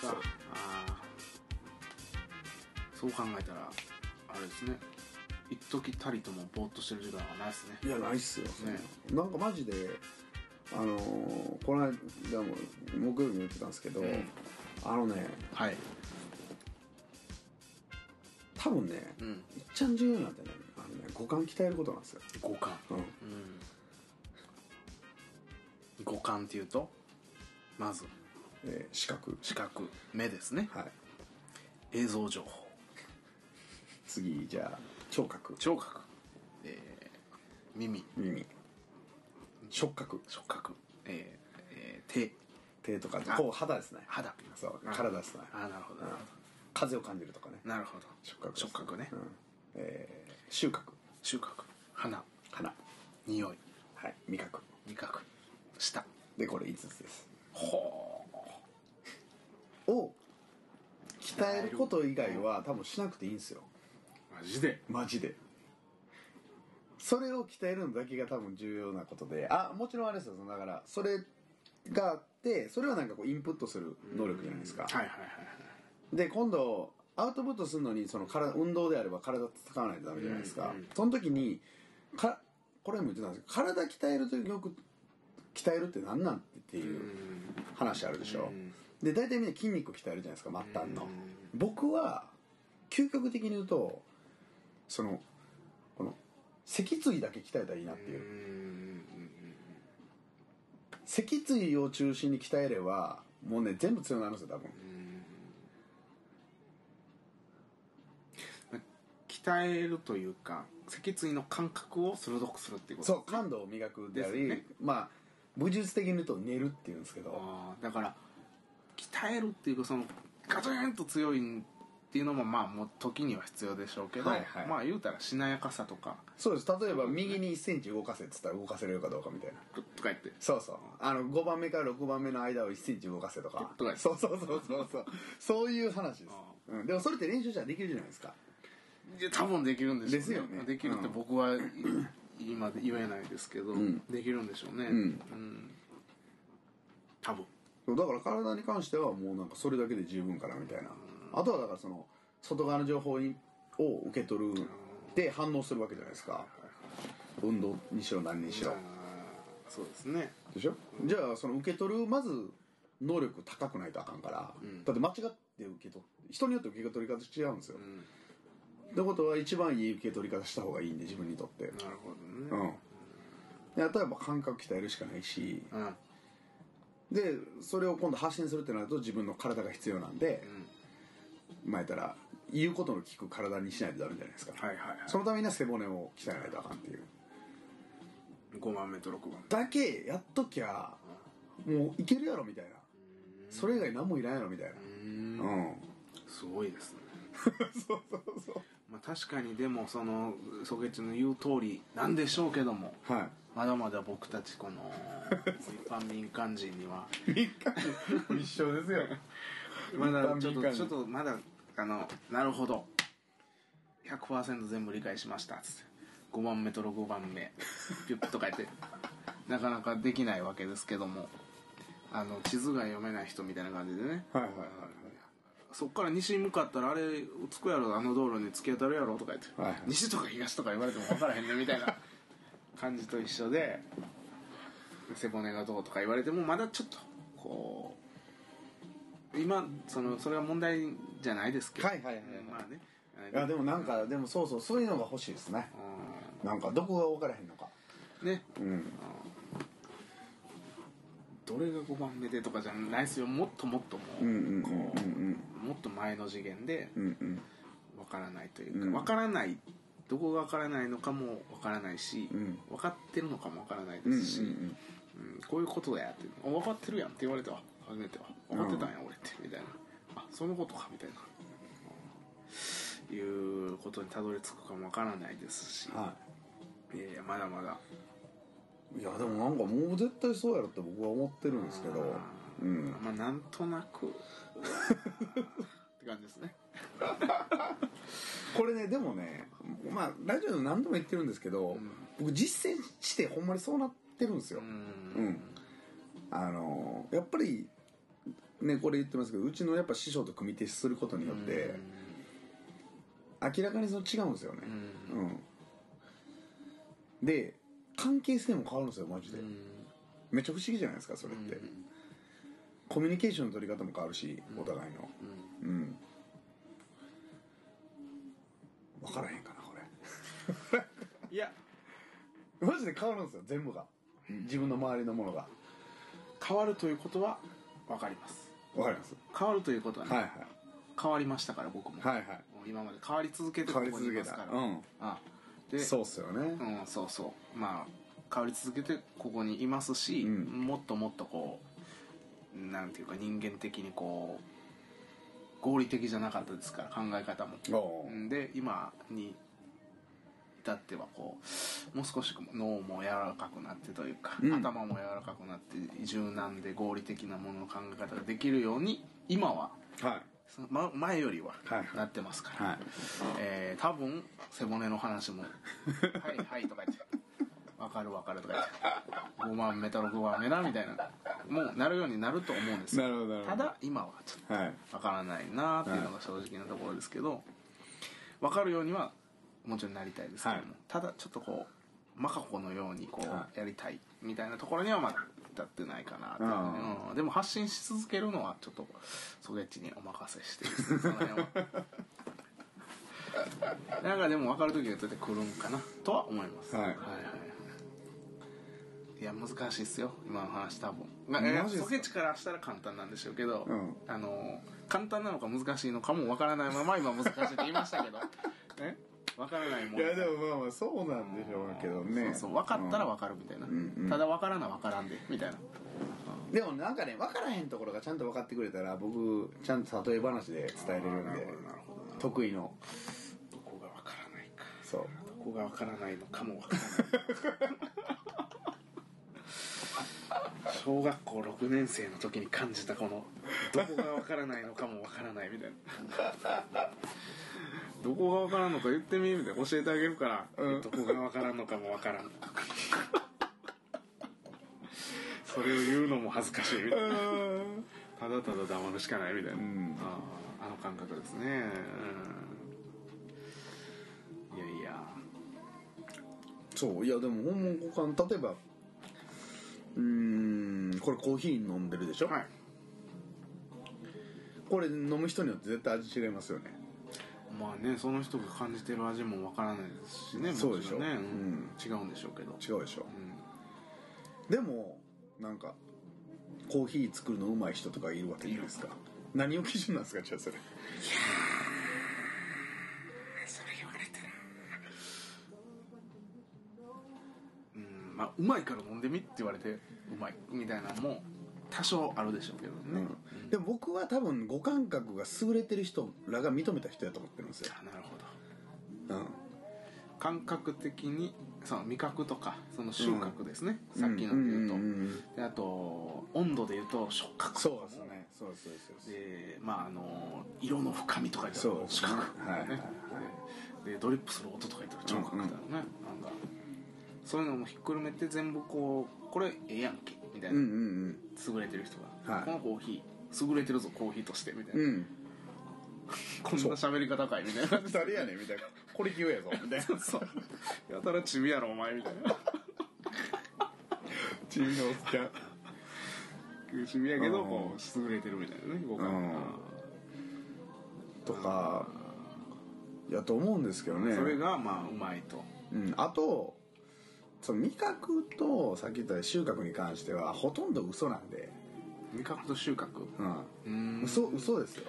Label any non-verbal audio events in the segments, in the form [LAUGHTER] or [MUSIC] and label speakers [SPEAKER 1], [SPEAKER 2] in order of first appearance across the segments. [SPEAKER 1] さあーそう考えたらあれですね一時たりともぼーっとしてる時間はないですね
[SPEAKER 2] いやないっすよ、
[SPEAKER 1] ね
[SPEAKER 2] なんかマジであのーこの間も木曜日も言ってたんですけど、
[SPEAKER 1] うん
[SPEAKER 2] あのね
[SPEAKER 1] はい
[SPEAKER 2] 多分ね
[SPEAKER 1] うん
[SPEAKER 2] いっちゃん重要なんてねあのね五感鍛えることなんですよ、
[SPEAKER 1] 五感
[SPEAKER 2] うん、
[SPEAKER 1] うん五感っていうとまず
[SPEAKER 2] えー視覚
[SPEAKER 1] 視覚目ですね
[SPEAKER 2] はい
[SPEAKER 1] 映像情報
[SPEAKER 2] 次じゃあ聴覚
[SPEAKER 1] 聴覚、えー耳
[SPEAKER 2] 耳触覚
[SPEAKER 1] 触覚、えーえー手
[SPEAKER 2] 手とか
[SPEAKER 1] あ
[SPEAKER 2] こう肌ですね
[SPEAKER 1] 肌
[SPEAKER 2] そう
[SPEAKER 1] あ
[SPEAKER 2] 体ですね
[SPEAKER 1] あーなるほど
[SPEAKER 2] うん風を感じるとかね
[SPEAKER 1] なるほど
[SPEAKER 2] 触覚です
[SPEAKER 1] 触覚ね、
[SPEAKER 2] うんえー収穫
[SPEAKER 1] 収穫花
[SPEAKER 2] 花
[SPEAKER 1] 匂い
[SPEAKER 2] はい味覚
[SPEAKER 1] 味覚舌
[SPEAKER 2] でこれ5つです
[SPEAKER 1] ほ
[SPEAKER 2] を鍛えること以外は多分しなくていいんですよ
[SPEAKER 1] うマジで
[SPEAKER 2] マジでそれを鍛えるのだけが多分重要なことであもちろんあれですよそのだからそれがあってそれをなんかこうインプットする能力じゃないですか、
[SPEAKER 1] はいはいはい
[SPEAKER 2] で今度アウトプットするのにその体運動であれば体使わないとダメじゃないですか、
[SPEAKER 1] うんうん
[SPEAKER 2] その時にかこれも言ってたんですけど体鍛えるとよく鍛えるって何なんって
[SPEAKER 1] う
[SPEAKER 2] いう話あるでしょ、
[SPEAKER 1] ん
[SPEAKER 2] で大体みんな筋肉鍛えるじゃないですか末端の、僕は究極的に言うとそのこの脊椎だけ鍛えたらいいなっていうう、
[SPEAKER 1] ん
[SPEAKER 2] 脊椎を中心に鍛えればもうね全部強くなるんですよ多分
[SPEAKER 1] 鍛えるというか脊椎の感覚を鋭くするっていうこと
[SPEAKER 2] そう感度を磨くであ
[SPEAKER 1] で
[SPEAKER 2] り、
[SPEAKER 1] すね
[SPEAKER 2] まあ武術的に言うと寝るっていうんですけど
[SPEAKER 1] あーだから鍛えるっていうかそのガチンと強いっていうのもまあもう時には必要でしょうけど、
[SPEAKER 2] はいはい
[SPEAKER 1] まあ言うたらしなやかさとか
[SPEAKER 2] そうです例えば右に1センチ動かせっつったら動かせれるかどうかみたいな
[SPEAKER 1] グッとか言って
[SPEAKER 2] そうそうあの5番目から6番目の間を1センチ動かせとか
[SPEAKER 1] とかです
[SPEAKER 2] そうそうそうそうそうそういう話です、うん、でもそれって練習したらできるじゃないですか
[SPEAKER 1] いや多分できるんでしょう
[SPEAKER 2] ですよね
[SPEAKER 1] できるって僕は、今で言えないですけど、
[SPEAKER 2] ん
[SPEAKER 1] できるんでしょうね
[SPEAKER 2] ん
[SPEAKER 1] ん多分
[SPEAKER 2] そうだから体に関してはもうなんかそれだけで十分かなみたいなあとはだからその外側の情報にを受け取るで反応するわけじゃないですか運動にしろ何にしろ
[SPEAKER 1] あーそうですね
[SPEAKER 2] でしょじゃあその受け取るまず能力高くないとあかんから、だって間違って受け取っ人によって受け取り方違うんですよ、ってことは一番いい受け取り方した方がいいんで自分にとって
[SPEAKER 1] なるほ
[SPEAKER 2] う
[SPEAKER 1] どね
[SPEAKER 2] んであとはやっぱ感覚鍛えるしかないし
[SPEAKER 1] うん、うん
[SPEAKER 2] でそれを今度発信するってなると自分の体が必要なんで、まあ言ったら言うことの聞く体にしないとダメじゃないですか、
[SPEAKER 1] はいはいはい
[SPEAKER 2] そのためには背骨を鍛えないとあかんっていう
[SPEAKER 1] 5番目と6番
[SPEAKER 2] だけやっときゃもういけるやろみたいなそれ以外何もいらんやろみたいな
[SPEAKER 1] 目う
[SPEAKER 2] うん
[SPEAKER 1] ん、すごいですね
[SPEAKER 2] そうそうそう
[SPEAKER 1] [LAUGHS] まあ確かにでもそのソゲッチの言う通りなんでしょうけども
[SPEAKER 2] は
[SPEAKER 1] まだまだ僕たちこの一般民間人にはい
[SPEAKER 2] 3日一緒 [LAUGHS] ですよ
[SPEAKER 1] まだ
[SPEAKER 2] [LAUGHS] 一般
[SPEAKER 1] ちょっ
[SPEAKER 2] 民
[SPEAKER 1] と
[SPEAKER 2] 間人
[SPEAKER 1] ちょっとまだあのなるほど100%全部理解しましたっつって5番目と6番目ピュッと書いて [LAUGHS] なかなかできないわけですけどもあの地図が読めない人みたいな感じでね
[SPEAKER 2] はいはいは
[SPEAKER 1] そっから西に向かったらあれつくやろあの道路に突き当たるやろとか言って、
[SPEAKER 2] はいはい
[SPEAKER 1] 西とか東とか言われても分からへんねみたいな
[SPEAKER 2] [LAUGHS]
[SPEAKER 1] 感じと一緒で背骨がどうとか言われてもまだちょっとこう今そのそれは問題じゃないですけど、
[SPEAKER 2] はいはいはいはい
[SPEAKER 1] まあね
[SPEAKER 2] いいやでもなんかでもそうそうそういうのが欲しいですねなんかどこが分からへんのか
[SPEAKER 1] うんね
[SPEAKER 2] うん
[SPEAKER 1] どれが5番目でとかじゃないですよもっともっともう、
[SPEAKER 2] うんうんうん
[SPEAKER 1] こ
[SPEAKER 2] うん
[SPEAKER 1] うもっと前の次元で
[SPEAKER 2] うんうん
[SPEAKER 1] わからないというか、
[SPEAKER 2] うん
[SPEAKER 1] わからないどこがわからないのかもわからないし、
[SPEAKER 2] うん
[SPEAKER 1] 分かってるのかもわからない
[SPEAKER 2] うんう
[SPEAKER 1] ですし、うん
[SPEAKER 2] ん
[SPEAKER 1] こういうことだよってあ分かってるやんって言われたわ初めては分かってたんや、俺ってみたいなあそのことかみたいなうんいうことにたどり着くかもわからないですし、
[SPEAKER 2] はい
[SPEAKER 1] やいやまだまだ
[SPEAKER 2] いいやでもなんかもう絶対そうやろって僕は思ってるんですけどうん
[SPEAKER 1] まあなんとなくって感じですね
[SPEAKER 2] これねでもねまあラジオでも何度も言ってるんですけど、
[SPEAKER 1] ん
[SPEAKER 2] 僕実践してほんまにそうなってるんですよ、
[SPEAKER 1] うん
[SPEAKER 2] うんあのやっぱりねこれ言ってますけどうちのやっぱ師匠と組み手することによって明らかにその違うんですよねうん、で関係性も変わるんですよマジで、めっちゃ不思議じゃないですかそれって、コミュニケーションの取り方も変わるしお互いのうん、分からへんかなこ
[SPEAKER 1] いや
[SPEAKER 2] れマジで変わるんですよ全部が自分の周りのものが
[SPEAKER 1] 変わるということは分かります
[SPEAKER 2] 分かります
[SPEAKER 1] 変わるということはね、
[SPEAKER 2] はいはい
[SPEAKER 1] 変わりましたから僕も,、
[SPEAKER 2] はいはい
[SPEAKER 1] もう今まで変わり続けて
[SPEAKER 2] 変
[SPEAKER 1] こ
[SPEAKER 2] わ
[SPEAKER 1] こ
[SPEAKER 2] り
[SPEAKER 1] にい
[SPEAKER 2] 続け
[SPEAKER 1] ます
[SPEAKER 2] た
[SPEAKER 1] から
[SPEAKER 2] うん
[SPEAKER 1] あで
[SPEAKER 2] そうっすよね
[SPEAKER 1] うん、そうそうまあ変わり続けてここにいますし、
[SPEAKER 2] うん
[SPEAKER 1] もっともっとこうなんていうか人間的にこう合理的じゃなかったですから考え方も
[SPEAKER 2] おー
[SPEAKER 1] うんで今に至ってはこうもう少しこう脳も柔らかくなってというか、
[SPEAKER 2] うん
[SPEAKER 1] 頭も柔らかくなって柔軟で合理的なものの考え方ができるように今は
[SPEAKER 2] はい
[SPEAKER 1] そのま前よりは
[SPEAKER 2] はいはい
[SPEAKER 1] なってますから、
[SPEAKER 2] はい
[SPEAKER 1] えー多分背骨の話も「
[SPEAKER 2] [LAUGHS]
[SPEAKER 1] はいはい」とか言って「わかるわかる」とか言って5番目と6番目なみたいなもうなるようになると思うんですよ
[SPEAKER 2] なるほどなるほ
[SPEAKER 1] た
[SPEAKER 2] ど
[SPEAKER 1] だ今はちょっ
[SPEAKER 2] はい
[SPEAKER 1] とわからないなっていうのが正直なところですけどわかるようにはもちろんなりたいですけども、
[SPEAKER 2] はい
[SPEAKER 1] ただちょっとこうマカコのようにこ
[SPEAKER 2] は
[SPEAKER 1] うやりたいみたいなところにはまだ至ってないかなっていうね
[SPEAKER 2] あ
[SPEAKER 1] うん、でも発信し続けるのはちょっとソゲッチにお任せしてですねその辺は。 [LAUGHS] なんかでも分かる時が出てくるんかなとは思います
[SPEAKER 2] はい
[SPEAKER 1] はいはいいや難しいっすよ今の話多分まあ
[SPEAKER 2] マジ
[SPEAKER 1] い
[SPEAKER 2] っす
[SPEAKER 1] や
[SPEAKER 2] か
[SPEAKER 1] ソケチからしたら簡単なんでしょうけど、
[SPEAKER 2] うん
[SPEAKER 1] あの簡単なのか難しいのかも分からないまま今難しいって言いました
[SPEAKER 2] [LAUGHS]
[SPEAKER 1] けどね分からないもん
[SPEAKER 2] いやでもまあまあそうなんでしょうけどね
[SPEAKER 1] そうそう分かったら分かるみたいな、
[SPEAKER 2] うん
[SPEAKER 1] ただ分からな分からんでみたいな
[SPEAKER 2] でもなんかね分からへんところがちゃんと分かってくれたら僕ちゃんと例え話で伝えれるんで
[SPEAKER 1] なるほどな
[SPEAKER 2] 得意の
[SPEAKER 1] どこが分からないか [LAUGHS]
[SPEAKER 2] そう
[SPEAKER 1] どこが分からないのかも
[SPEAKER 2] [LAUGHS]
[SPEAKER 1] 分からない小学校6年生の時に感じたこのどこが分からないのかも分からないみたいなどこが分からんのか言ってみみたいな教えてあげるから、
[SPEAKER 2] うん
[SPEAKER 1] どこが分からんのかも分からんそれを言うのも恥ずかしいみたいなただただ黙るしかないみたいな、
[SPEAKER 2] うん
[SPEAKER 1] あーあの感覚ですね、うん、いやいや
[SPEAKER 2] そういやでも訪問交換例えばうーんこれコーヒー飲んでるでしょ、
[SPEAKER 1] はい
[SPEAKER 2] これ飲む人によって絶対味違いますよね
[SPEAKER 1] まあねその人が感じてる味もわからないですしねもちろ
[SPEAKER 2] そ
[SPEAKER 1] ん
[SPEAKER 2] うでしょ
[SPEAKER 1] ね、
[SPEAKER 2] う
[SPEAKER 1] 違うんでしょうけど、
[SPEAKER 2] 違うでしょ
[SPEAKER 1] う
[SPEAKER 2] でもなんかコーヒー作るのうまい人とかいるわけじゃないですか何を基準なんですかじゃあそれ
[SPEAKER 1] ん、それ言われたらうんまあうまいから飲んでみって言われてうまいみたいなのも多少あるでしょうけどね、
[SPEAKER 2] うんでも僕は多分五感覚が優れてる人らが認めた人やと思ってるんですよ、
[SPEAKER 1] あなるほど
[SPEAKER 2] うん、
[SPEAKER 1] 感覚的にその味覚とかその収穫ですね、さっきの
[SPEAKER 2] う
[SPEAKER 1] で言
[SPEAKER 2] ん
[SPEAKER 1] うと、
[SPEAKER 2] んん
[SPEAKER 1] であと温度で言うと触覚
[SPEAKER 2] そうですねそうですそうです
[SPEAKER 1] でまああの色の深みとか言ったら
[SPEAKER 2] そうです
[SPEAKER 1] 視
[SPEAKER 2] ね
[SPEAKER 1] 覚
[SPEAKER 2] はいはいはい
[SPEAKER 1] でドリップする音とか言ったら聴覚だよね、
[SPEAKER 2] う
[SPEAKER 1] なんかそういうのもひっくるめて全部こうこれええやんけみたい
[SPEAKER 2] うんう
[SPEAKER 1] な、
[SPEAKER 2] ん
[SPEAKER 1] 優れてる人が、
[SPEAKER 2] はい
[SPEAKER 1] このコーヒー優れてるぞコーヒーとしてみたい
[SPEAKER 2] うん
[SPEAKER 1] な、
[SPEAKER 2] うん
[SPEAKER 1] こんな喋り方かいみたいな
[SPEAKER 2] 誰やねんみたいなこれ急やぞみたいな
[SPEAKER 1] そうやたらチビやろお前みたいな
[SPEAKER 2] チームのおっちゃん
[SPEAKER 1] チビやけどこう優れてるみたいなね僕は、
[SPEAKER 2] うんとかやと思うんですけどね
[SPEAKER 1] それがまあうまいと
[SPEAKER 2] うん、あとその味覚とさっき言った収穫に関してはほとんど嘘なんで、
[SPEAKER 1] 味覚と収穫
[SPEAKER 2] うん、
[SPEAKER 1] うん
[SPEAKER 2] 嘘嘘ですよ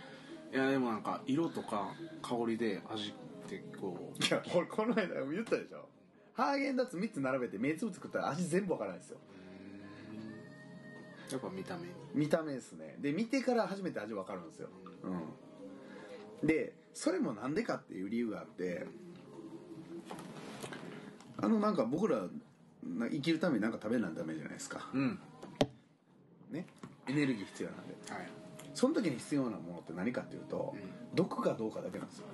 [SPEAKER 1] いやでもなんか色とか香りで味ってこう
[SPEAKER 2] いやこれこの間言ったでしょハーゲンダッツ3つ並べて目つぶ作ったら味全部わからないですよ
[SPEAKER 1] やっぱ見た目に
[SPEAKER 2] 見た目ですねで見てから初めて味わかるんですよ、うん、でそれもなんでかっていう理由があってあのなんか僕らな生きるために何か食べないとダメじゃないですか
[SPEAKER 1] うん
[SPEAKER 2] ねエネルギー必要なんで
[SPEAKER 1] はい
[SPEAKER 2] その時に必要なものって何かっていうと、
[SPEAKER 1] うん
[SPEAKER 2] 毒かどうかだけなんですよ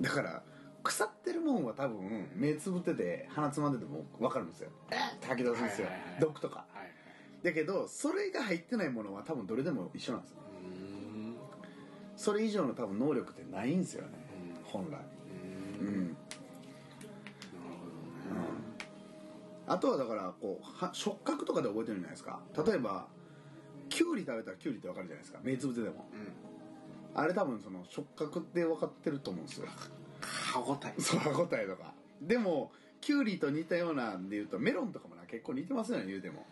[SPEAKER 2] だから腐ってるもんは多分目つぶってて鼻つまんでても分かるんですよえーって吐き出すんですよ、
[SPEAKER 1] はいはいはい
[SPEAKER 2] 毒とか
[SPEAKER 1] はい
[SPEAKER 2] だけどそれが入ってないものは多分どれでも一緒なんですよ
[SPEAKER 1] うん
[SPEAKER 2] それ以上の多分能力ってないんですよね、本来
[SPEAKER 1] うん
[SPEAKER 2] う
[SPEAKER 1] なるほ
[SPEAKER 2] ん
[SPEAKER 1] どね
[SPEAKER 2] あとはだからこうは触覚とかで覚えてるんじゃないですか例えばキュウリ食べたらキュウリってわかるじゃないですか目つぶってでも
[SPEAKER 1] うん
[SPEAKER 2] あれ多分その触覚って分かってると思うんですよ
[SPEAKER 1] 歯応え
[SPEAKER 2] そら答えとかでもキュウリと似たようなんで言うとメロンとかもな結構似てますよね言うても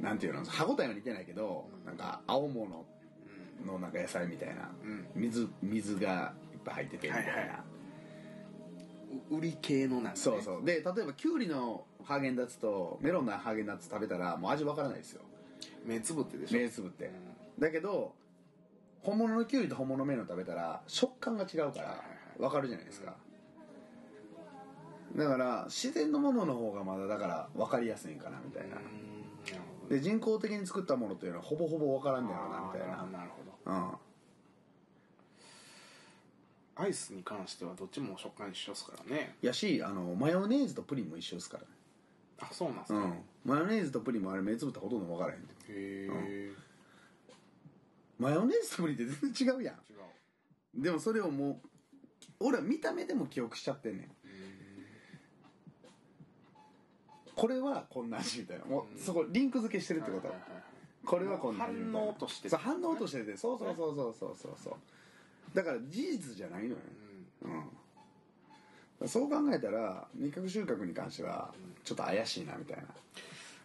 [SPEAKER 1] うん
[SPEAKER 2] なんていうの歯応えは似てないけどなんか青物のなんか野菜みたいな
[SPEAKER 1] うん
[SPEAKER 2] 水水がいっぱい入っててみたいな、
[SPEAKER 1] はいはいうんう売り系のなんかね
[SPEAKER 2] そうそうで例えばキュウリのハーゲンダッツとメロンのハーゲンダッツ食べたらもう味わからないですよ
[SPEAKER 1] 目つぶってでしょ
[SPEAKER 2] 目つぶって、
[SPEAKER 1] うん
[SPEAKER 2] だけど本物のキュウリと本物のメロン食べたら食感が違うからわかるじゃないですか、だから自然のものの方がまだだから分かりやすいんかなみたいな、
[SPEAKER 1] うんなるほど
[SPEAKER 2] で人工的に作ったものというのはほぼほぼ分からんだろうな
[SPEAKER 1] あ
[SPEAKER 2] みた
[SPEAKER 1] ー
[SPEAKER 2] い
[SPEAKER 1] なるほど
[SPEAKER 2] なうん
[SPEAKER 1] アイスに関してはどっちも食感一緒ですからね
[SPEAKER 2] やしあのマヨネーズとプリンも一緒ですからね
[SPEAKER 1] あそうなんです
[SPEAKER 2] う
[SPEAKER 1] か、
[SPEAKER 2] んマヨネーズとプリンもあれ目つぶったらほとんど分からへん
[SPEAKER 1] へえ、違う
[SPEAKER 2] マヨネーズとプリンって全然違うやんでもそれをもう俺は見た目でも記憶しちゃってんねんこれはこんな味みたいなもうそこリンク付けしてるってこと
[SPEAKER 1] はいはいはい
[SPEAKER 2] これはこんな味みたいな
[SPEAKER 1] 反応として
[SPEAKER 2] そう反応としててそうそうそうそうそうそうそうだから事実じゃないのよねうんそう考えたら味覚収穫に関してはちょっと怪しいなみたいな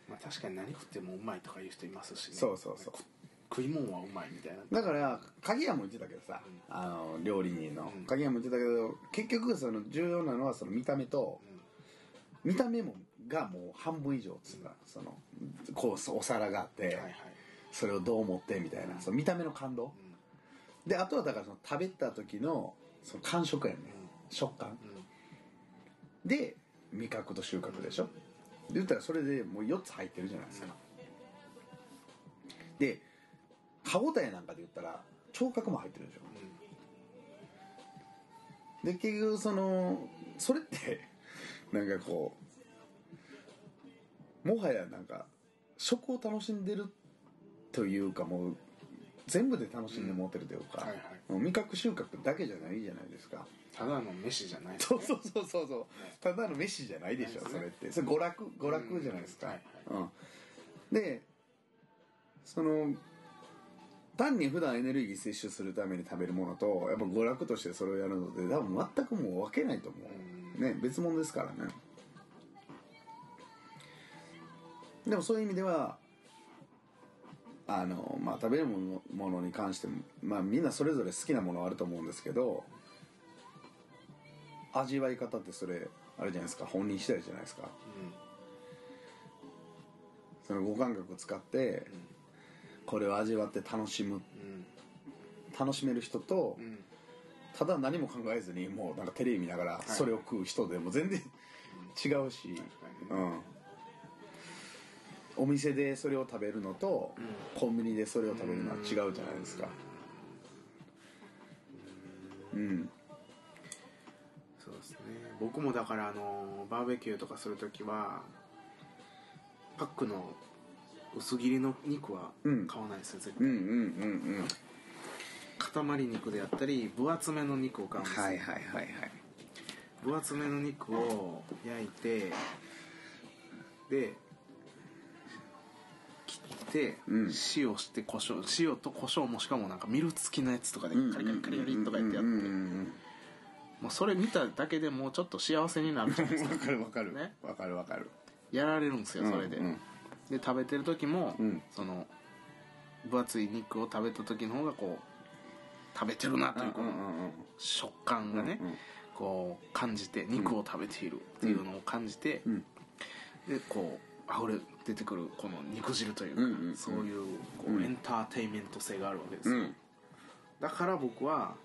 [SPEAKER 1] まあ、確かに何食ってもうまいとか言う人いますしね
[SPEAKER 2] そうそうそう
[SPEAKER 1] 食い物はうまいみたいな
[SPEAKER 2] だから鍵屋も言ってたけどさ、あの料理人の鍵屋も言ってたけど結局その重要なのはその見た目と、見た目もがもう半分以上っつうか、そのこうお皿があって、
[SPEAKER 1] はいはい
[SPEAKER 2] それをどう思ってみたいなその見た目の感動、であとはだからその食べた時のその感触やね、食感、で味覚と収穫でしょで言ったらそれでもう4つ入ってるじゃないですか、で歯応えなんかで言ったら聴覚も入ってるでしょ、で結局そのそれってなんかこうもはやなんか食を楽しんでるというかもう全部で楽しんでもうてるという
[SPEAKER 1] うん
[SPEAKER 2] か、
[SPEAKER 1] はいはい
[SPEAKER 2] もう味覚収穫だけじゃないじゃないですか
[SPEAKER 1] ただの飯じゃない
[SPEAKER 2] そうそうそうそうそうただの飯じゃないでしょそれってそれ娯楽娯楽じゃないですかうんでその単に普段エネルギー摂取するために食べるものとやっぱ娯楽としてそれをやるので多分全くもう分けないと思うね別物ですからねでもそういう意味ではあの、まあ、食べるものものに関しても、まあ、みんなそれぞれ好きなものはあると思うんですけど味わい方ってそれあれじゃないですか本人次第じゃないですかその五感覚を使ってこれを味わって楽しむ
[SPEAKER 1] うん
[SPEAKER 2] 楽しめる人と
[SPEAKER 1] うんうん
[SPEAKER 2] ただ何も考えずにもうなんかテレビ見ながら
[SPEAKER 1] い
[SPEAKER 2] それを食う人でも全然違うし、うん、お店でそれを食べるのとコンビニでそれを食べるのは違うじゃないですかうん
[SPEAKER 1] そうですね僕もだからあのバーベキューとかする時はパックの薄切りの肉は
[SPEAKER 2] うん
[SPEAKER 1] 買わないですよ、絶
[SPEAKER 2] うんう
[SPEAKER 1] 対
[SPEAKER 2] んうん
[SPEAKER 1] 塊肉であったり分厚めの肉を買
[SPEAKER 2] うん
[SPEAKER 1] うんですよ、
[SPEAKER 2] はいはいはいはい
[SPEAKER 1] 分厚めの肉を焼いてで切って、
[SPEAKER 2] うん
[SPEAKER 1] 塩して胡椒塩と胡椒もしかもなんかミル付きのやつとかでカリカリカリカリとかやってやって
[SPEAKER 2] うんうんうん
[SPEAKER 1] もうそれ見ただけでもうちょっと幸せにな
[SPEAKER 2] [LAUGHS]
[SPEAKER 1] るじゃないです
[SPEAKER 2] うんわ
[SPEAKER 1] か
[SPEAKER 2] かるわかる
[SPEAKER 1] ね
[SPEAKER 2] わかるわかる
[SPEAKER 1] やられるんですよそれで、
[SPEAKER 2] うんうん
[SPEAKER 1] で食べてる時も、
[SPEAKER 2] うん
[SPEAKER 1] その分厚い肉を食べた時の方がこう食べてるなというこの食感がね、
[SPEAKER 2] うんうん
[SPEAKER 1] こう感じて肉を食べているっていうのを感じて、
[SPEAKER 2] ん
[SPEAKER 1] でこう溢れ出てくるこの肉汁というか、
[SPEAKER 2] うんうんうん
[SPEAKER 1] そういうこう、エンターテインメント性があるわけです
[SPEAKER 2] う
[SPEAKER 1] よ、
[SPEAKER 2] ん
[SPEAKER 1] だから僕は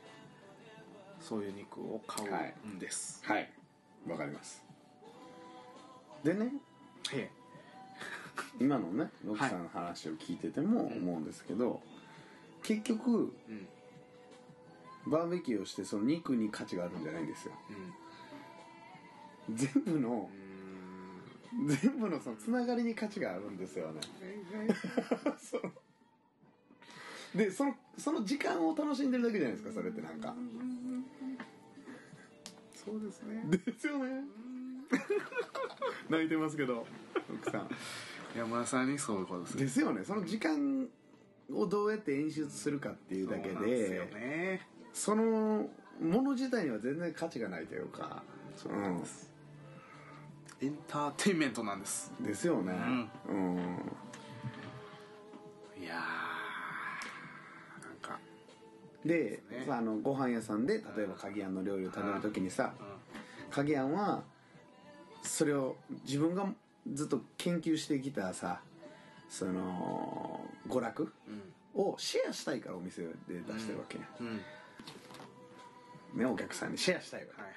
[SPEAKER 1] そういう肉を買うんです、
[SPEAKER 2] はいわかりますでね
[SPEAKER 1] え
[SPEAKER 2] 今のねロキさんの話を聞いてても思うんですけど、結局
[SPEAKER 1] えうん
[SPEAKER 2] バーベキューをしてその肉に価値があるんじゃないんですよ
[SPEAKER 1] うん
[SPEAKER 2] 全部の
[SPEAKER 1] うーん
[SPEAKER 2] 全部のそのつながりに価値があるんですよねそのでそのその時間を楽しんでるだけじゃないですかそれってなんか
[SPEAKER 1] そうですね
[SPEAKER 2] ですよね [LAUGHS] 泣いてますけど奥さん
[SPEAKER 1] いやまさにそういうことですね
[SPEAKER 2] ですよねその時間をどうやって演出するかっていうだけ
[SPEAKER 1] そうなんすよ
[SPEAKER 2] で
[SPEAKER 1] ね
[SPEAKER 2] そのもの自体には全然価値がないというか
[SPEAKER 1] そうなんです、エンターテインメントなんです
[SPEAKER 2] うんですよねうん、
[SPEAKER 1] いやーなんか
[SPEAKER 2] で
[SPEAKER 1] ですね
[SPEAKER 2] さあのご飯屋さんで例えば鍵庵の料理を食べる時にさ鍵庵はそれを自分がずっと研究してきたさその娯楽
[SPEAKER 1] う
[SPEAKER 2] をシェアしたいからお店で出してるわけや、
[SPEAKER 1] んうんはい
[SPEAKER 2] ねお客さんにシェアしたいわけ
[SPEAKER 1] はいはい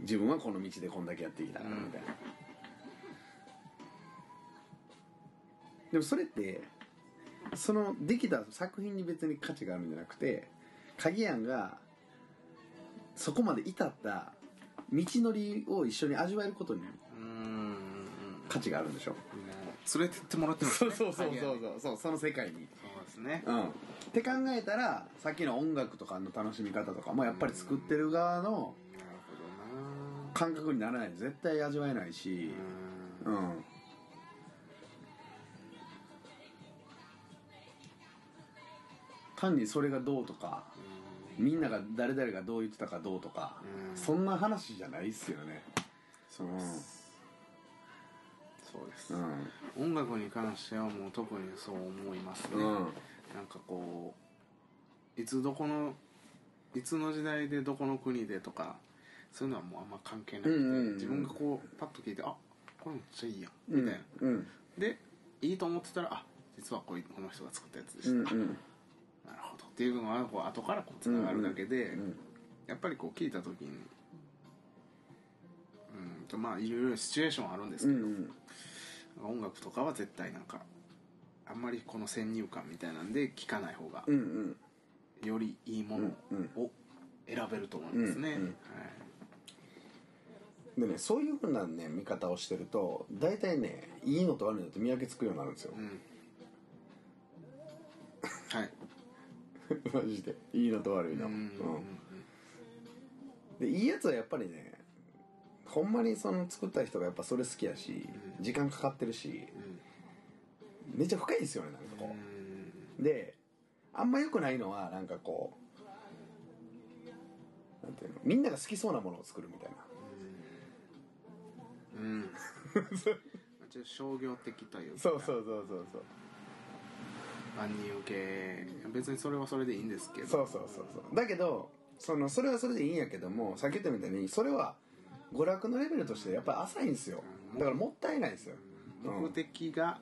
[SPEAKER 2] 自分はこの道でこんだけやってきたからみたいな、でもそれってそのできた作品に別に価値があるんじゃなくて鍵庵がそこまで至った道のりを一緒に味わえることに
[SPEAKER 1] うーん
[SPEAKER 2] 価値があるんでしょ
[SPEAKER 1] 連れてってもらってます
[SPEAKER 2] そう
[SPEAKER 1] ね
[SPEAKER 2] そうそうそう
[SPEAKER 1] 影
[SPEAKER 2] そ
[SPEAKER 1] に
[SPEAKER 2] うそうその世界に
[SPEAKER 1] そうですね
[SPEAKER 2] うんって考えたらさっきの音楽とかの楽しみ方とかもやっぱり作ってる側の
[SPEAKER 1] なるほどな
[SPEAKER 2] 感覚にならないと絶対味わえないし
[SPEAKER 1] うーん
[SPEAKER 2] うん単にそれがどうとかみんなが誰々がどう言ってたかどうとか
[SPEAKER 1] うん
[SPEAKER 2] そんな話じゃないっすよね
[SPEAKER 1] そうですそうです
[SPEAKER 2] ん
[SPEAKER 1] 音楽に関してはもう特にそう思いますね
[SPEAKER 2] うん
[SPEAKER 1] なんかこういつどこのいつの時代でどこの国でとかそういうのはもうあんま関係なくて、
[SPEAKER 2] うんうんうん
[SPEAKER 1] 自分がこうパッと聞いてあこれめっちゃいいやん
[SPEAKER 2] う
[SPEAKER 1] み
[SPEAKER 2] ん
[SPEAKER 1] たいな、
[SPEAKER 2] うん
[SPEAKER 1] でいいと思ってたらあ実はこうこの人が作ったやつでし
[SPEAKER 2] う
[SPEAKER 1] た、
[SPEAKER 2] ん
[SPEAKER 1] あ
[SPEAKER 2] うん
[SPEAKER 1] なるほどっていうのはこう後からこうつながるだけで、
[SPEAKER 2] うん
[SPEAKER 1] やっぱりこう聞いた時にうんとまあいろいろシチュエーションあるんです
[SPEAKER 2] う
[SPEAKER 1] け
[SPEAKER 2] ん
[SPEAKER 1] ど、
[SPEAKER 2] うん
[SPEAKER 1] 音楽とかは絶対なんかあんまりこの先入観みたいなんで聞かない方が
[SPEAKER 2] うんうん
[SPEAKER 1] よりいいもの
[SPEAKER 2] うん
[SPEAKER 1] を選べると思いますね、
[SPEAKER 2] うんうんでねそういうふうなね見方をしてると大体ねいいのと悪いのって見分けつくようになるんですよ、 [LAUGHS]
[SPEAKER 1] はい、はい、
[SPEAKER 2] マジでいいのと悪いの
[SPEAKER 1] うん
[SPEAKER 2] うんでいいやつはやっぱりねほんまにその作った人がやっぱそれ好きやし
[SPEAKER 1] うん
[SPEAKER 2] 時間かかってるし
[SPEAKER 1] うん
[SPEAKER 2] めっちゃ深いんですよねなんか
[SPEAKER 1] う
[SPEAKER 2] こ
[SPEAKER 1] ん
[SPEAKER 2] うであんま良くないのはなんかこうなんていうのみんなが好きそうなものを作るみたいな
[SPEAKER 1] うんうんちょっと商業的というか
[SPEAKER 2] そうそうそうそうそう
[SPEAKER 1] 万人受け別にそれはそれでいいんですけど
[SPEAKER 2] そうそうそうそうだけどそのそれはそれでいいんやけどもさっき言ったみたいにそれは娯楽のレベルとしてやっぱり浅いんですよだからもったいないんですよ
[SPEAKER 1] 目的が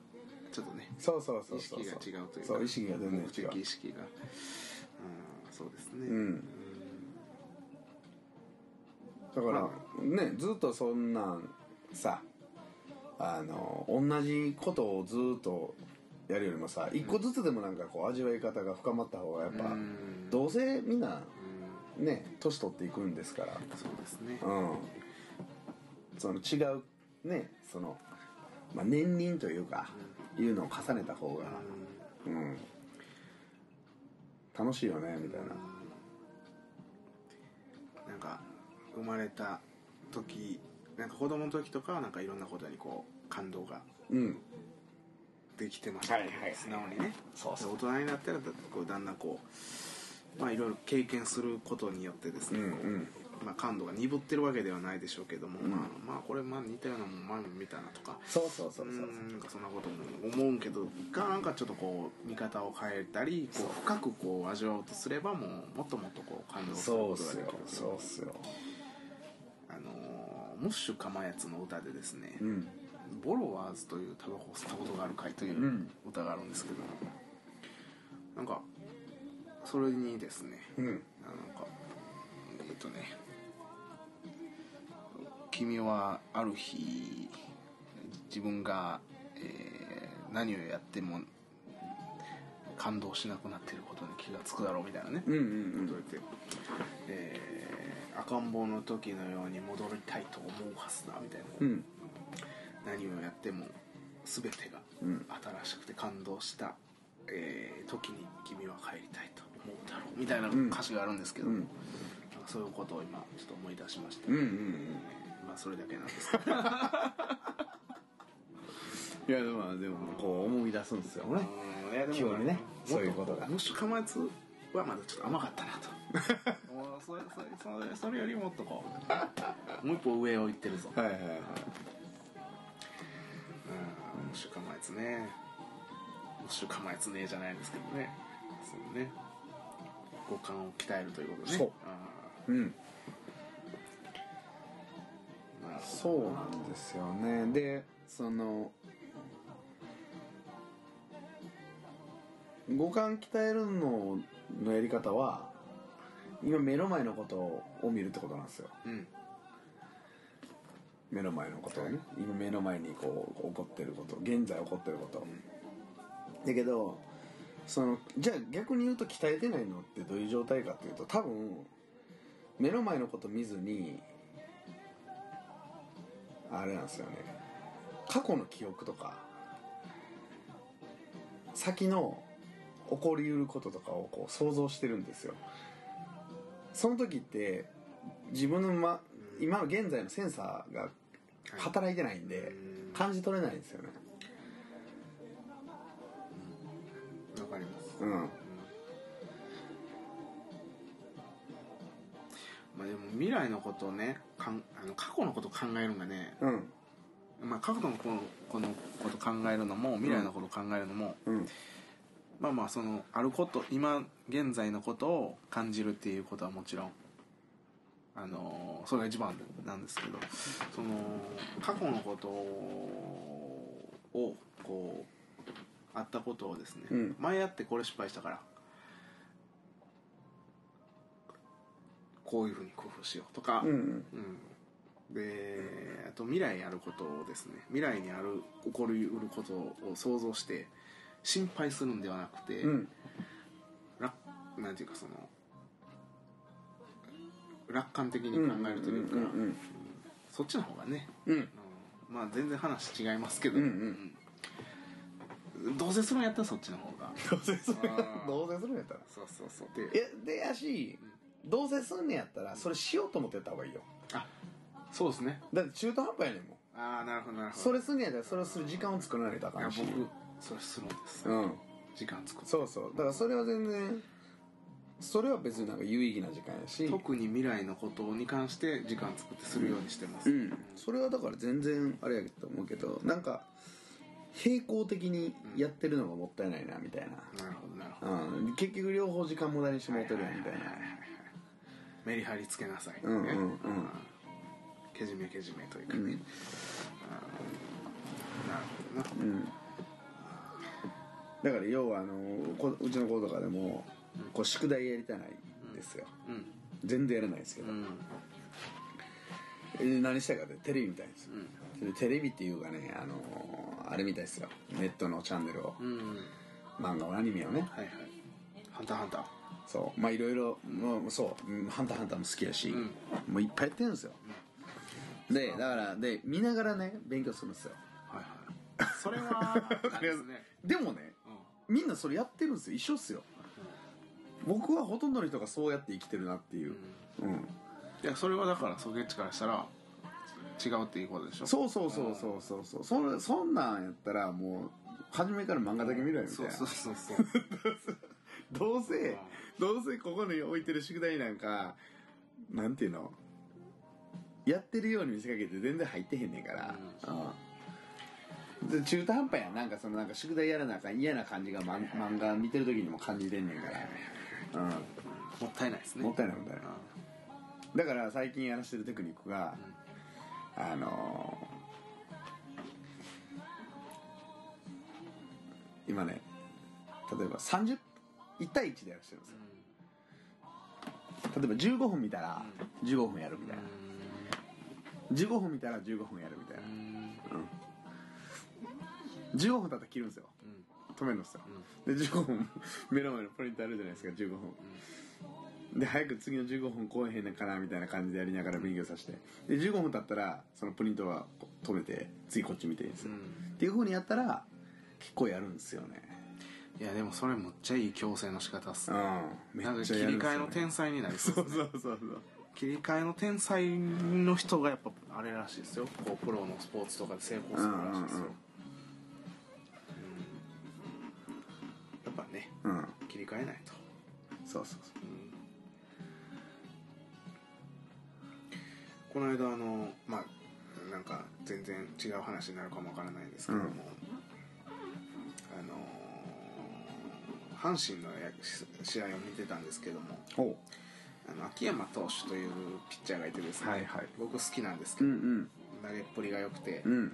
[SPEAKER 1] ちょっとね
[SPEAKER 2] そうそうそう
[SPEAKER 1] 意
[SPEAKER 2] そう
[SPEAKER 1] 識が違うというか
[SPEAKER 2] そう意識が全然違う
[SPEAKER 1] 目的意識がうんそうですね
[SPEAKER 2] うんだから、
[SPEAKER 1] ま
[SPEAKER 2] ねずっとそんなんさあの同じことをずっとやるよりもさ一個ずつでもなんかこう味わい方が深まった方がやっぱ、
[SPEAKER 1] うん
[SPEAKER 2] どうせみんな
[SPEAKER 1] うん
[SPEAKER 2] ね年取っていくんですから
[SPEAKER 1] そうですね
[SPEAKER 2] うんその違うねその、まあ、年輪というか、いうのを重ねた方が、うん、楽しいよねみたいな
[SPEAKER 1] なんか生まれた時なんか子供の時とかはなんかいろんなことにこう感動が
[SPEAKER 2] うん
[SPEAKER 1] できてましたね、
[SPEAKER 2] はいはいはい
[SPEAKER 1] 素直にね
[SPEAKER 2] そう
[SPEAKER 1] で大人になったらだこうだんだんこうまあいろいろ経験することによってですね、
[SPEAKER 2] うん
[SPEAKER 1] こ
[SPEAKER 2] うん
[SPEAKER 1] まあ、感度が鈍ってるわけではないでしょうけども、
[SPEAKER 2] ん
[SPEAKER 1] まあ、まあこれまあ似たようなもん前も見たなとか
[SPEAKER 2] そうそうそうそうそう
[SPEAKER 1] ーんなんかそんなことも思うけどがなんかちょっとこう見方を変えたりこう深くこう味わおうとすればもうもっともっとこう感動する
[SPEAKER 2] そう
[SPEAKER 1] こと
[SPEAKER 2] っ
[SPEAKER 1] が
[SPEAKER 2] す
[SPEAKER 1] でき
[SPEAKER 2] よ
[SPEAKER 1] る
[SPEAKER 2] そうっすよ
[SPEAKER 1] あのームッシュかまやつの歌でですね、
[SPEAKER 2] うん
[SPEAKER 1] ボロワーズというタバコを吸ったことがある会というん歌があるんですけど、なんかそれにですね
[SPEAKER 2] うん
[SPEAKER 1] あのなんかえっとね「君はある日自分が、えー何をやっても感動しなくなっていることに気がつくだろう」みたいなね、
[SPEAKER 2] うんうん
[SPEAKER 1] 戻れて、えー赤ん坊の時のように戻りたいと思うはずだみたいな、
[SPEAKER 2] うんうん
[SPEAKER 1] 何をやっても全てが新しくて感動した、えー時に君は帰りたいと思うだろうみたいな歌詞があるんですけど、
[SPEAKER 2] うん
[SPEAKER 1] なんかそういうことを今ちょっと思い出しました、
[SPEAKER 2] うんうんうん
[SPEAKER 1] まあそれだけなんですけど
[SPEAKER 2] いやでもでもこう思い出すんですよ [LAUGHS] ね
[SPEAKER 1] うんいやで
[SPEAKER 2] 急にね
[SPEAKER 1] もっ
[SPEAKER 2] そういうことが
[SPEAKER 1] もしかまつはまだちょっと甘かったな
[SPEAKER 2] [LAUGHS]
[SPEAKER 1] ともうそれそれそれそれよりもっとこうもう一歩上を行ってるぞ
[SPEAKER 2] はいはいはい
[SPEAKER 1] うん、週間前ですね。週間前ですねじゃないですけどね。そうね。五感を鍛えるということね。
[SPEAKER 2] そう
[SPEAKER 1] あ
[SPEAKER 2] うん
[SPEAKER 1] ーなるほ
[SPEAKER 2] そうなんですよねでその五感鍛えるののやり方は今目の前のことを見るってことなんですよ
[SPEAKER 1] ど。うん。
[SPEAKER 2] 目の前のことをね今目の前にこう起こってること現在起こってること、だけどそのじゃあ逆に言うと鍛えてないのってどういう状態かっていうと多分目の前のこと見ずにあれなんですよね過去の記憶とか先の起こりうることとかをこう想像してるんですよその時って自分の、ま、今の現在のセンサーが働いてないんで
[SPEAKER 1] うん
[SPEAKER 2] 感じ取れないんですよね
[SPEAKER 1] わかります。
[SPEAKER 2] うん
[SPEAKER 1] まあでも未来のことをね、かんあの過去のことを考えるのがね、
[SPEAKER 2] うん
[SPEAKER 1] まあ過去のこのこのことを考えるのも未来のことを考えるのも、
[SPEAKER 2] うん
[SPEAKER 1] まあまあそのあること今現在のことを感じるっていうことはもちろんあのそれが一番なんですけどその過去のことをこうあったことをですね、
[SPEAKER 2] うん
[SPEAKER 1] 前やってこれ失敗したからこういうふうに工夫しようとか、
[SPEAKER 2] うん
[SPEAKER 1] うんであと未来にあることをですね未来にある起こりうることを想像して心配するんではなくて、
[SPEAKER 2] うん
[SPEAKER 1] らなんていうかその楽観的に考えるというか、
[SPEAKER 2] うん
[SPEAKER 1] そっちの方がね、
[SPEAKER 2] うんうん
[SPEAKER 1] うんまあ全然話違いますけど、
[SPEAKER 2] うん
[SPEAKER 1] うんどうせするんやったらそっちの方
[SPEAKER 2] [LAUGHS]
[SPEAKER 1] が
[SPEAKER 2] どうせする
[SPEAKER 1] あー
[SPEAKER 2] どうせするんやったら
[SPEAKER 1] そうそうそうで
[SPEAKER 2] いやでやしどうせすんねやったらそれしようと思ってやった方がいいよ
[SPEAKER 1] あそうですね
[SPEAKER 2] だって中途半端やねんもん
[SPEAKER 1] ああなるほどなるほど
[SPEAKER 2] それすんねやったらそれをする時間を作らないとあ
[SPEAKER 1] い
[SPEAKER 2] か
[SPEAKER 1] や
[SPEAKER 2] んし
[SPEAKER 1] 僕それするんです、
[SPEAKER 2] うん
[SPEAKER 1] 時間作って
[SPEAKER 2] そうそうだからそれは全然それは別になんか有意義な時間やし
[SPEAKER 1] 特に未来のことに関して時間作ってするようにしてま
[SPEAKER 2] う
[SPEAKER 1] す、
[SPEAKER 2] んそれはだから全然あれやと思うけどなんか平行的にやってるのがもったいないなみたい
[SPEAKER 1] なるほどなるほど
[SPEAKER 2] な、うん、結局両方時間無駄にしてもらってるやんみたいな
[SPEAKER 1] メリハリつけなさいね、
[SPEAKER 2] うんうんうん
[SPEAKER 1] あーけじめけじめというかね、
[SPEAKER 2] うん
[SPEAKER 1] なるほどな
[SPEAKER 2] うんだから要はあのこうちの子とかでもこう宿題やりたないんですよ、
[SPEAKER 1] うん
[SPEAKER 2] 全然やらないですけど
[SPEAKER 1] う、ん
[SPEAKER 2] えー何したいかってテレビみたいですよ、
[SPEAKER 1] うん
[SPEAKER 2] でテレビっていうかねあのーあれみたいですよネットのチャンネルを、
[SPEAKER 1] うん
[SPEAKER 2] 漫画のアニメをね
[SPEAKER 1] はいはいハンターハンター
[SPEAKER 2] そうまあいろいろもうそううん「ハンターハンター」も好きやし、
[SPEAKER 1] ん
[SPEAKER 2] もういっぱいやってるんですよ、でだからで見ながらね勉強するんですよ
[SPEAKER 1] はいはいそれはあれですね、
[SPEAKER 2] でもね
[SPEAKER 1] うん
[SPEAKER 2] みんなそれやってるんですよ一緒っすよ僕はほとんどの人がそうやって生きてるなっていう、うん、
[SPEAKER 1] いやそれはだからソゲッチからしたら違うっていうことでしょ
[SPEAKER 2] そうそうそうそうそうそうそんそんなんやったらもう初めから漫画だけ見ろよみたい
[SPEAKER 1] そう
[SPEAKER 2] な
[SPEAKER 1] そうそう [LAUGHS] そう
[SPEAKER 2] どうせ
[SPEAKER 1] あ
[SPEAKER 2] どうせここに置いてる宿題なんかなんていうのやってるように見せかけて全然入ってへんねんから、うんで中途半端やんなんかそのなんか宿題やらなあかん嫌な感じが、ま、漫画見てる時にも感じてんねんから、
[SPEAKER 1] もったいないです
[SPEAKER 2] うん、
[SPEAKER 1] ね
[SPEAKER 2] もったいないもったいない
[SPEAKER 1] うん
[SPEAKER 2] だから最近やらしてるテクニックが、あのー今ね例えば30 1対1でやらしてるんですよ例えば15分見たら15分やるみたいな15分見たら15分やるみたいな
[SPEAKER 1] うん
[SPEAKER 2] 15分経ったら切るんですよ
[SPEAKER 1] うん
[SPEAKER 2] 止めるんですよで15分目の前のプリントあるじゃないですか15分で早く次の15分来えへんねんからみたいな感じでやりながら勉強させてで15分経ったらそのプリントはこう止めて次こっち見てるんですよ、っていうふうにやったら結構やるんですよね
[SPEAKER 1] いやでもそれむっちゃいい矯正の仕方っす
[SPEAKER 2] う
[SPEAKER 1] ね
[SPEAKER 2] ん
[SPEAKER 1] なん
[SPEAKER 2] め
[SPEAKER 1] か
[SPEAKER 2] っ
[SPEAKER 1] 切
[SPEAKER 2] ちゃ
[SPEAKER 1] り
[SPEAKER 2] やるんです
[SPEAKER 1] 替
[SPEAKER 2] よね
[SPEAKER 1] えの天才になりそう
[SPEAKER 2] そうそうそうそう
[SPEAKER 1] 切り替えの天才の人がやっぱあれらしいですよこうプロのスポーツとかで成功するらしいですよ、
[SPEAKER 2] うんうんうん
[SPEAKER 1] うんやっぱね
[SPEAKER 2] うん
[SPEAKER 1] 切り替えないと、
[SPEAKER 2] そうそうそう
[SPEAKER 1] うんこの間あのまあなんか全然違う話になるかもわからないんですけども、
[SPEAKER 2] うん
[SPEAKER 1] あのー阪神のや試合を見てたんですけども
[SPEAKER 2] ほ
[SPEAKER 1] あの秋山投手というピッチャーがいてですね、
[SPEAKER 2] はいはい
[SPEAKER 1] 僕好きなんですけ
[SPEAKER 2] う
[SPEAKER 1] ど、
[SPEAKER 2] ん
[SPEAKER 1] 投げっぷりが良くて、
[SPEAKER 2] うん
[SPEAKER 1] うん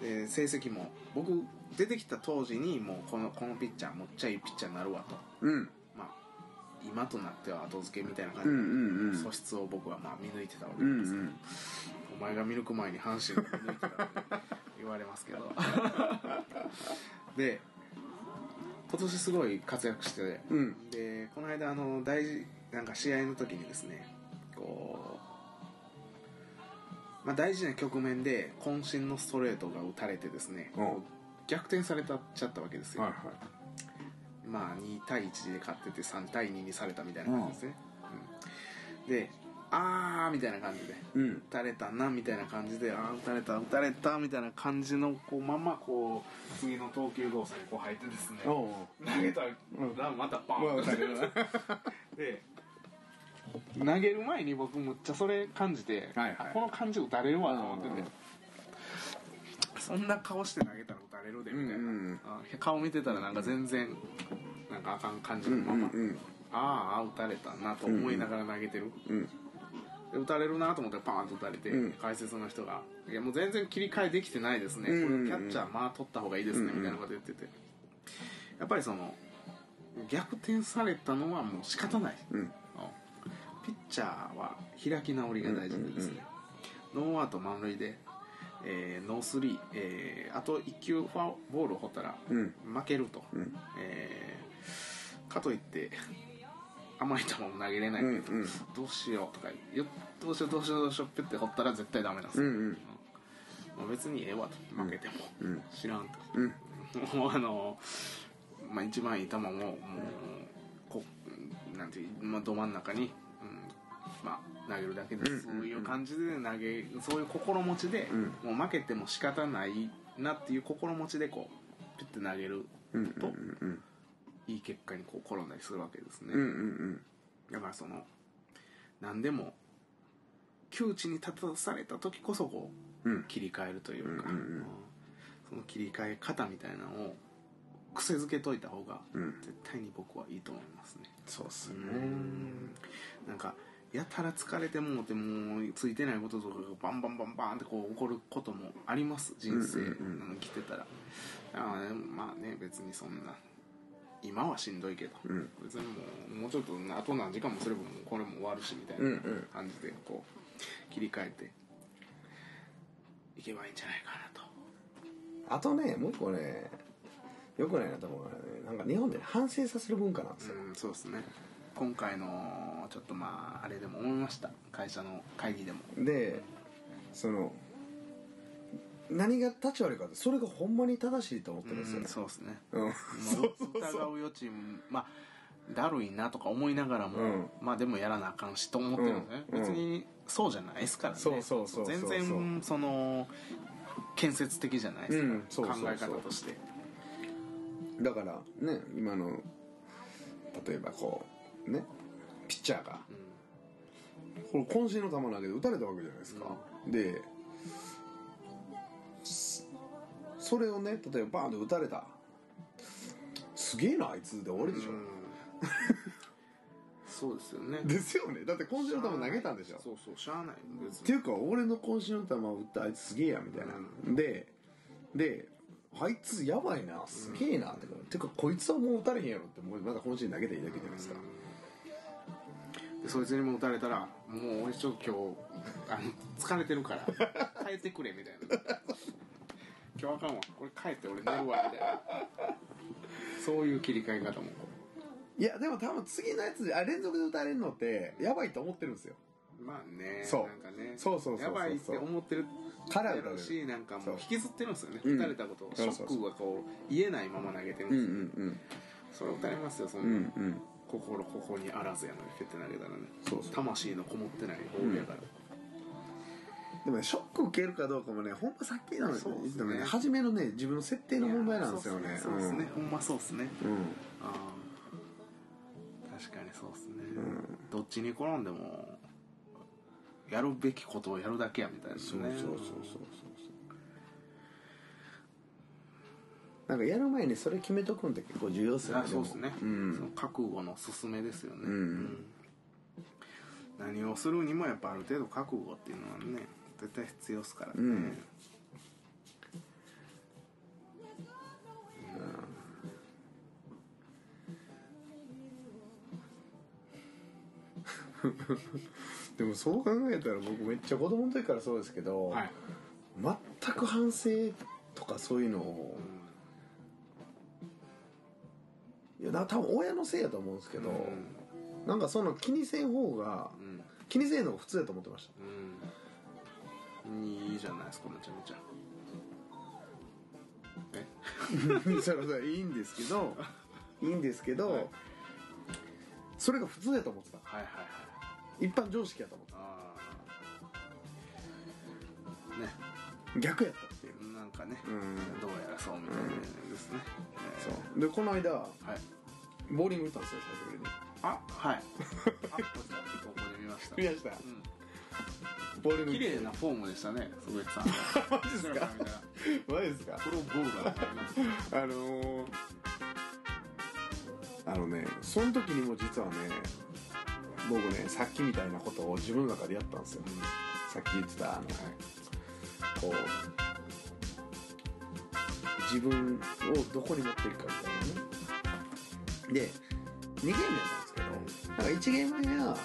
[SPEAKER 1] で成績も僕出てきた当時にもうこのこのピッチャーむっちゃいいピッチャーになるわと、
[SPEAKER 2] うんうん
[SPEAKER 1] まあ、今となっては後付けみたいな
[SPEAKER 2] うんう
[SPEAKER 1] 感
[SPEAKER 2] ん
[SPEAKER 1] じで
[SPEAKER 2] うん
[SPEAKER 1] 素質を僕はまあ見抜いてたわけ
[SPEAKER 2] う
[SPEAKER 1] なんですけど、
[SPEAKER 2] ん
[SPEAKER 1] お前が見抜く前に阪神を見抜いてたって言われますけ
[SPEAKER 2] [LAUGHS]
[SPEAKER 1] どで今年すごい活躍してて
[SPEAKER 2] うんうん
[SPEAKER 1] でこの間あの大事なんか試合の時にですねこう、まあ、大事な局面で渾身のストレートが打たれてですね、
[SPEAKER 2] うん
[SPEAKER 1] こう逆転されたっちゃったわけですよ、
[SPEAKER 2] はいはい
[SPEAKER 1] まあ2対1で勝ってて3対2にされたみたいな感じですね、うんであーみたいな感じで
[SPEAKER 2] うん
[SPEAKER 1] 打たれたなみたいな感じであー打たれた打たれたみたいな感じのこうままこう次の投球動作にこう入ってですね
[SPEAKER 2] お
[SPEAKER 1] 投
[SPEAKER 2] う
[SPEAKER 1] げたらまたバーンって [LAUGHS] で投げる前に僕むっちゃそれ感じて、
[SPEAKER 2] はいはい
[SPEAKER 1] あこの感じ打たれるわと思ってて、
[SPEAKER 2] うんうん
[SPEAKER 1] そんな顔して投げたら打たれるでみたいな、
[SPEAKER 2] うんうんうん
[SPEAKER 1] あ顔見てたらなんか全然なんかあかん感じのまま、
[SPEAKER 2] うん
[SPEAKER 1] ああ打たれたなと思いながら投げてる、
[SPEAKER 2] うん
[SPEAKER 1] で打たれるなと思ってパーンと打たれて、
[SPEAKER 2] うん
[SPEAKER 1] 解説の人が「いやもう全然切り替えできてないですね、
[SPEAKER 2] うんうんうん
[SPEAKER 1] これキャッチャーまあ取った方がいいですね」
[SPEAKER 2] うんうん
[SPEAKER 1] みたいなこと言っててやっぱりその逆転されたのはもう仕方ない、
[SPEAKER 2] うん
[SPEAKER 1] ピッチャーは開き直りが大事でですね、ノーアウト満塁で、えーノースリー、えーあと1球ファウボールを放ったら
[SPEAKER 2] うん
[SPEAKER 1] 負けると、
[SPEAKER 2] うん
[SPEAKER 1] えーかといって甘い球も投げれないけど、
[SPEAKER 2] うんうん
[SPEAKER 1] どうしようとかよどうしようどうしようどうしようピュッて掘ったら絶対ダメなんです
[SPEAKER 2] う
[SPEAKER 1] よ、
[SPEAKER 2] ん
[SPEAKER 1] まあ別にええわと負けても、
[SPEAKER 2] うん
[SPEAKER 1] 知らんと [LAUGHS]
[SPEAKER 2] うん
[SPEAKER 1] もうあの、まあ、一番いい球ももうこなんていう、まあ、ど真ん中に、うんまあ、投げるだけで
[SPEAKER 2] うん
[SPEAKER 1] す、そういう感じで投げそういう心持ちで、もう負けても仕方ないなっていう心持ちでこうピュッて投げる
[SPEAKER 2] うんうん
[SPEAKER 1] と、
[SPEAKER 2] うん
[SPEAKER 1] いい結果にこう転んだりするわけですね、
[SPEAKER 2] うんうん
[SPEAKER 1] だからその何でも窮地に立たされた時こそこう
[SPEAKER 2] うんうん
[SPEAKER 1] 切り替えるというか、
[SPEAKER 2] うんうんうん
[SPEAKER 1] その切り替え方みたいなのを癖づけといた方が
[SPEAKER 2] うん
[SPEAKER 1] 絶対に僕はいいと思いますね、
[SPEAKER 2] そうっす
[SPEAKER 1] なんかやたら疲れてもうてもうついてないこととかがバンバンバンバンってこう起こることもあります人生、
[SPEAKER 2] うんうん
[SPEAKER 1] あの生きてたらああまあね別にそんな今はしんどいけど、
[SPEAKER 2] うん
[SPEAKER 1] 別にもうもうちょっとあと何時間もすればもうこれも終わるしみたい
[SPEAKER 2] うんう
[SPEAKER 1] なん感じでこう切り替えていけばいいんじゃないかなと。
[SPEAKER 2] あとねもう一個ねよくないなと思うのはねなんか日本で反省させる文化なんですよ
[SPEAKER 1] うん、そうですね今回のちょっとまああれでも思いました会社の会議でも
[SPEAKER 2] でその何が立ち悪いかってそれがほんまに正しいと思ってるんですよ
[SPEAKER 1] そうですね
[SPEAKER 2] うん
[SPEAKER 1] もう疑う余地もまあだるいなとか思いながらも、
[SPEAKER 2] うん
[SPEAKER 1] まあでもやらなあかんしと思ってるんですね、
[SPEAKER 2] うん
[SPEAKER 1] 別にそうじゃないですからね
[SPEAKER 2] そうそうそうそう
[SPEAKER 1] 全然その建設的じゃないです
[SPEAKER 2] うんそう
[SPEAKER 1] か
[SPEAKER 2] そ
[SPEAKER 1] ら、
[SPEAKER 2] うそう
[SPEAKER 1] 考え方として
[SPEAKER 2] だからね今の例えばこうねピッチャーが、これ渾身の球投げで打たれたわけじゃないですか、でそそれをね例えばバーンと打たれたすげえなあいつで終わりでしょ、
[SPEAKER 1] う
[SPEAKER 2] [LAUGHS]
[SPEAKER 1] んそうですよね
[SPEAKER 2] ですよねだって渾身の球投げたんでしょっ
[SPEAKER 1] そうそうしゃあない別
[SPEAKER 2] てい
[SPEAKER 1] に
[SPEAKER 2] うか俺の渾身の球を打ったあいつすげえやみたいな、でであいつやばいなすげえなって、てかこいつはもう打たれへんやろってもうまだ渾身投げたらいいだけじゃないですか、
[SPEAKER 1] でそいつにも打たれたら「もう俺ちょっと今日あの疲れてる
[SPEAKER 2] [LAUGHS]
[SPEAKER 1] から帰ってくれ」みたいな「今日あかんわこれ帰って俺寝るわ」みたいなそういう切り替え方もこ
[SPEAKER 2] いやでも多分次のやつであ連続で歌えれるのってやばいと思ってるんですよ
[SPEAKER 1] まあね
[SPEAKER 2] そう
[SPEAKER 1] なんかね
[SPEAKER 2] そうそうそうそう
[SPEAKER 1] やばいって思ってる
[SPEAKER 2] から
[SPEAKER 1] やろうしなんかもう
[SPEAKER 2] そう
[SPEAKER 1] 引きずってるんですよね
[SPEAKER 2] うん
[SPEAKER 1] 打たれたことをシ
[SPEAKER 2] そ
[SPEAKER 1] ョ
[SPEAKER 2] うそうそう
[SPEAKER 1] ックがこう言えないまま投げてるん
[SPEAKER 2] う
[SPEAKER 1] で
[SPEAKER 2] ん
[SPEAKER 1] すよ、
[SPEAKER 2] うん
[SPEAKER 1] それ打たれますよそ
[SPEAKER 2] うんんう
[SPEAKER 1] な、
[SPEAKER 2] んうん
[SPEAKER 1] 心ここにあらずやのに蹴って投げたらね
[SPEAKER 2] そうそう
[SPEAKER 1] 魂のこもってないボールやから、
[SPEAKER 2] でもねショック受けるかどうかもねほんまさっきの
[SPEAKER 1] そうっすね
[SPEAKER 2] 言ってたね初めのね自分の設定の問題なんですよ
[SPEAKER 1] いや
[SPEAKER 2] ね
[SPEAKER 1] ーそうですね、ほんまそうですね
[SPEAKER 2] うんうん
[SPEAKER 1] ああ確かにそうですね、
[SPEAKER 2] うん
[SPEAKER 1] どっちに転んでもやるべきことをやるだけやみたいなね
[SPEAKER 2] そうそうそうそうそうなんかやる前にそれ決めとくんって結構重要っすよね
[SPEAKER 1] あそうですね、
[SPEAKER 2] もうん
[SPEAKER 1] その覚悟の勧めですよね、
[SPEAKER 2] うん
[SPEAKER 1] 何をするにもやっぱある程度覚悟っていうのはね絶対必要ですからね、
[SPEAKER 2] うんでもそう考えたら僕めっちゃ子供の時からそうですけど、
[SPEAKER 1] はい、
[SPEAKER 2] 全く反省とかそういうのをいやな多分親のせいやと思うんですけど、なんかその気にせん方が
[SPEAKER 1] うん
[SPEAKER 2] 気にせんのが普通やと思ってました
[SPEAKER 1] うん、うん、いいじゃないですかめちゃめちゃえ
[SPEAKER 2] [LAUGHS] それはいいんですけど [LAUGHS] いいんですけど、
[SPEAKER 1] はい
[SPEAKER 2] それが普通やと思ってた
[SPEAKER 1] はいはいはい
[SPEAKER 2] 一般常識やと思って
[SPEAKER 1] ああね
[SPEAKER 2] た逆やったっていう
[SPEAKER 1] なんかね、
[SPEAKER 2] ん
[SPEAKER 1] どうやらそうみたいなですね、
[SPEAKER 2] そうでこの間
[SPEAKER 1] えーはい
[SPEAKER 2] ボーリング打ったんですよ久しぶ
[SPEAKER 1] あはいあこちらここで見ました [LAUGHS]
[SPEAKER 2] りに見ました
[SPEAKER 1] うん
[SPEAKER 2] ボーリング
[SPEAKER 1] 綺
[SPEAKER 2] [LAUGHS]
[SPEAKER 1] 麗なフォームでしたね、すごいさん。マジです [LAUGHS] か。
[SPEAKER 2] マジですか
[SPEAKER 1] プロボーラーになりま
[SPEAKER 2] あのー、あのねその時にも実はね僕ねさっきみたいなことを自分の中でやったんですよさっき言ってたあの、こう自分をどこに持っていくかみたいなねで2ゲームやったんですけどなんか1ゲーム目は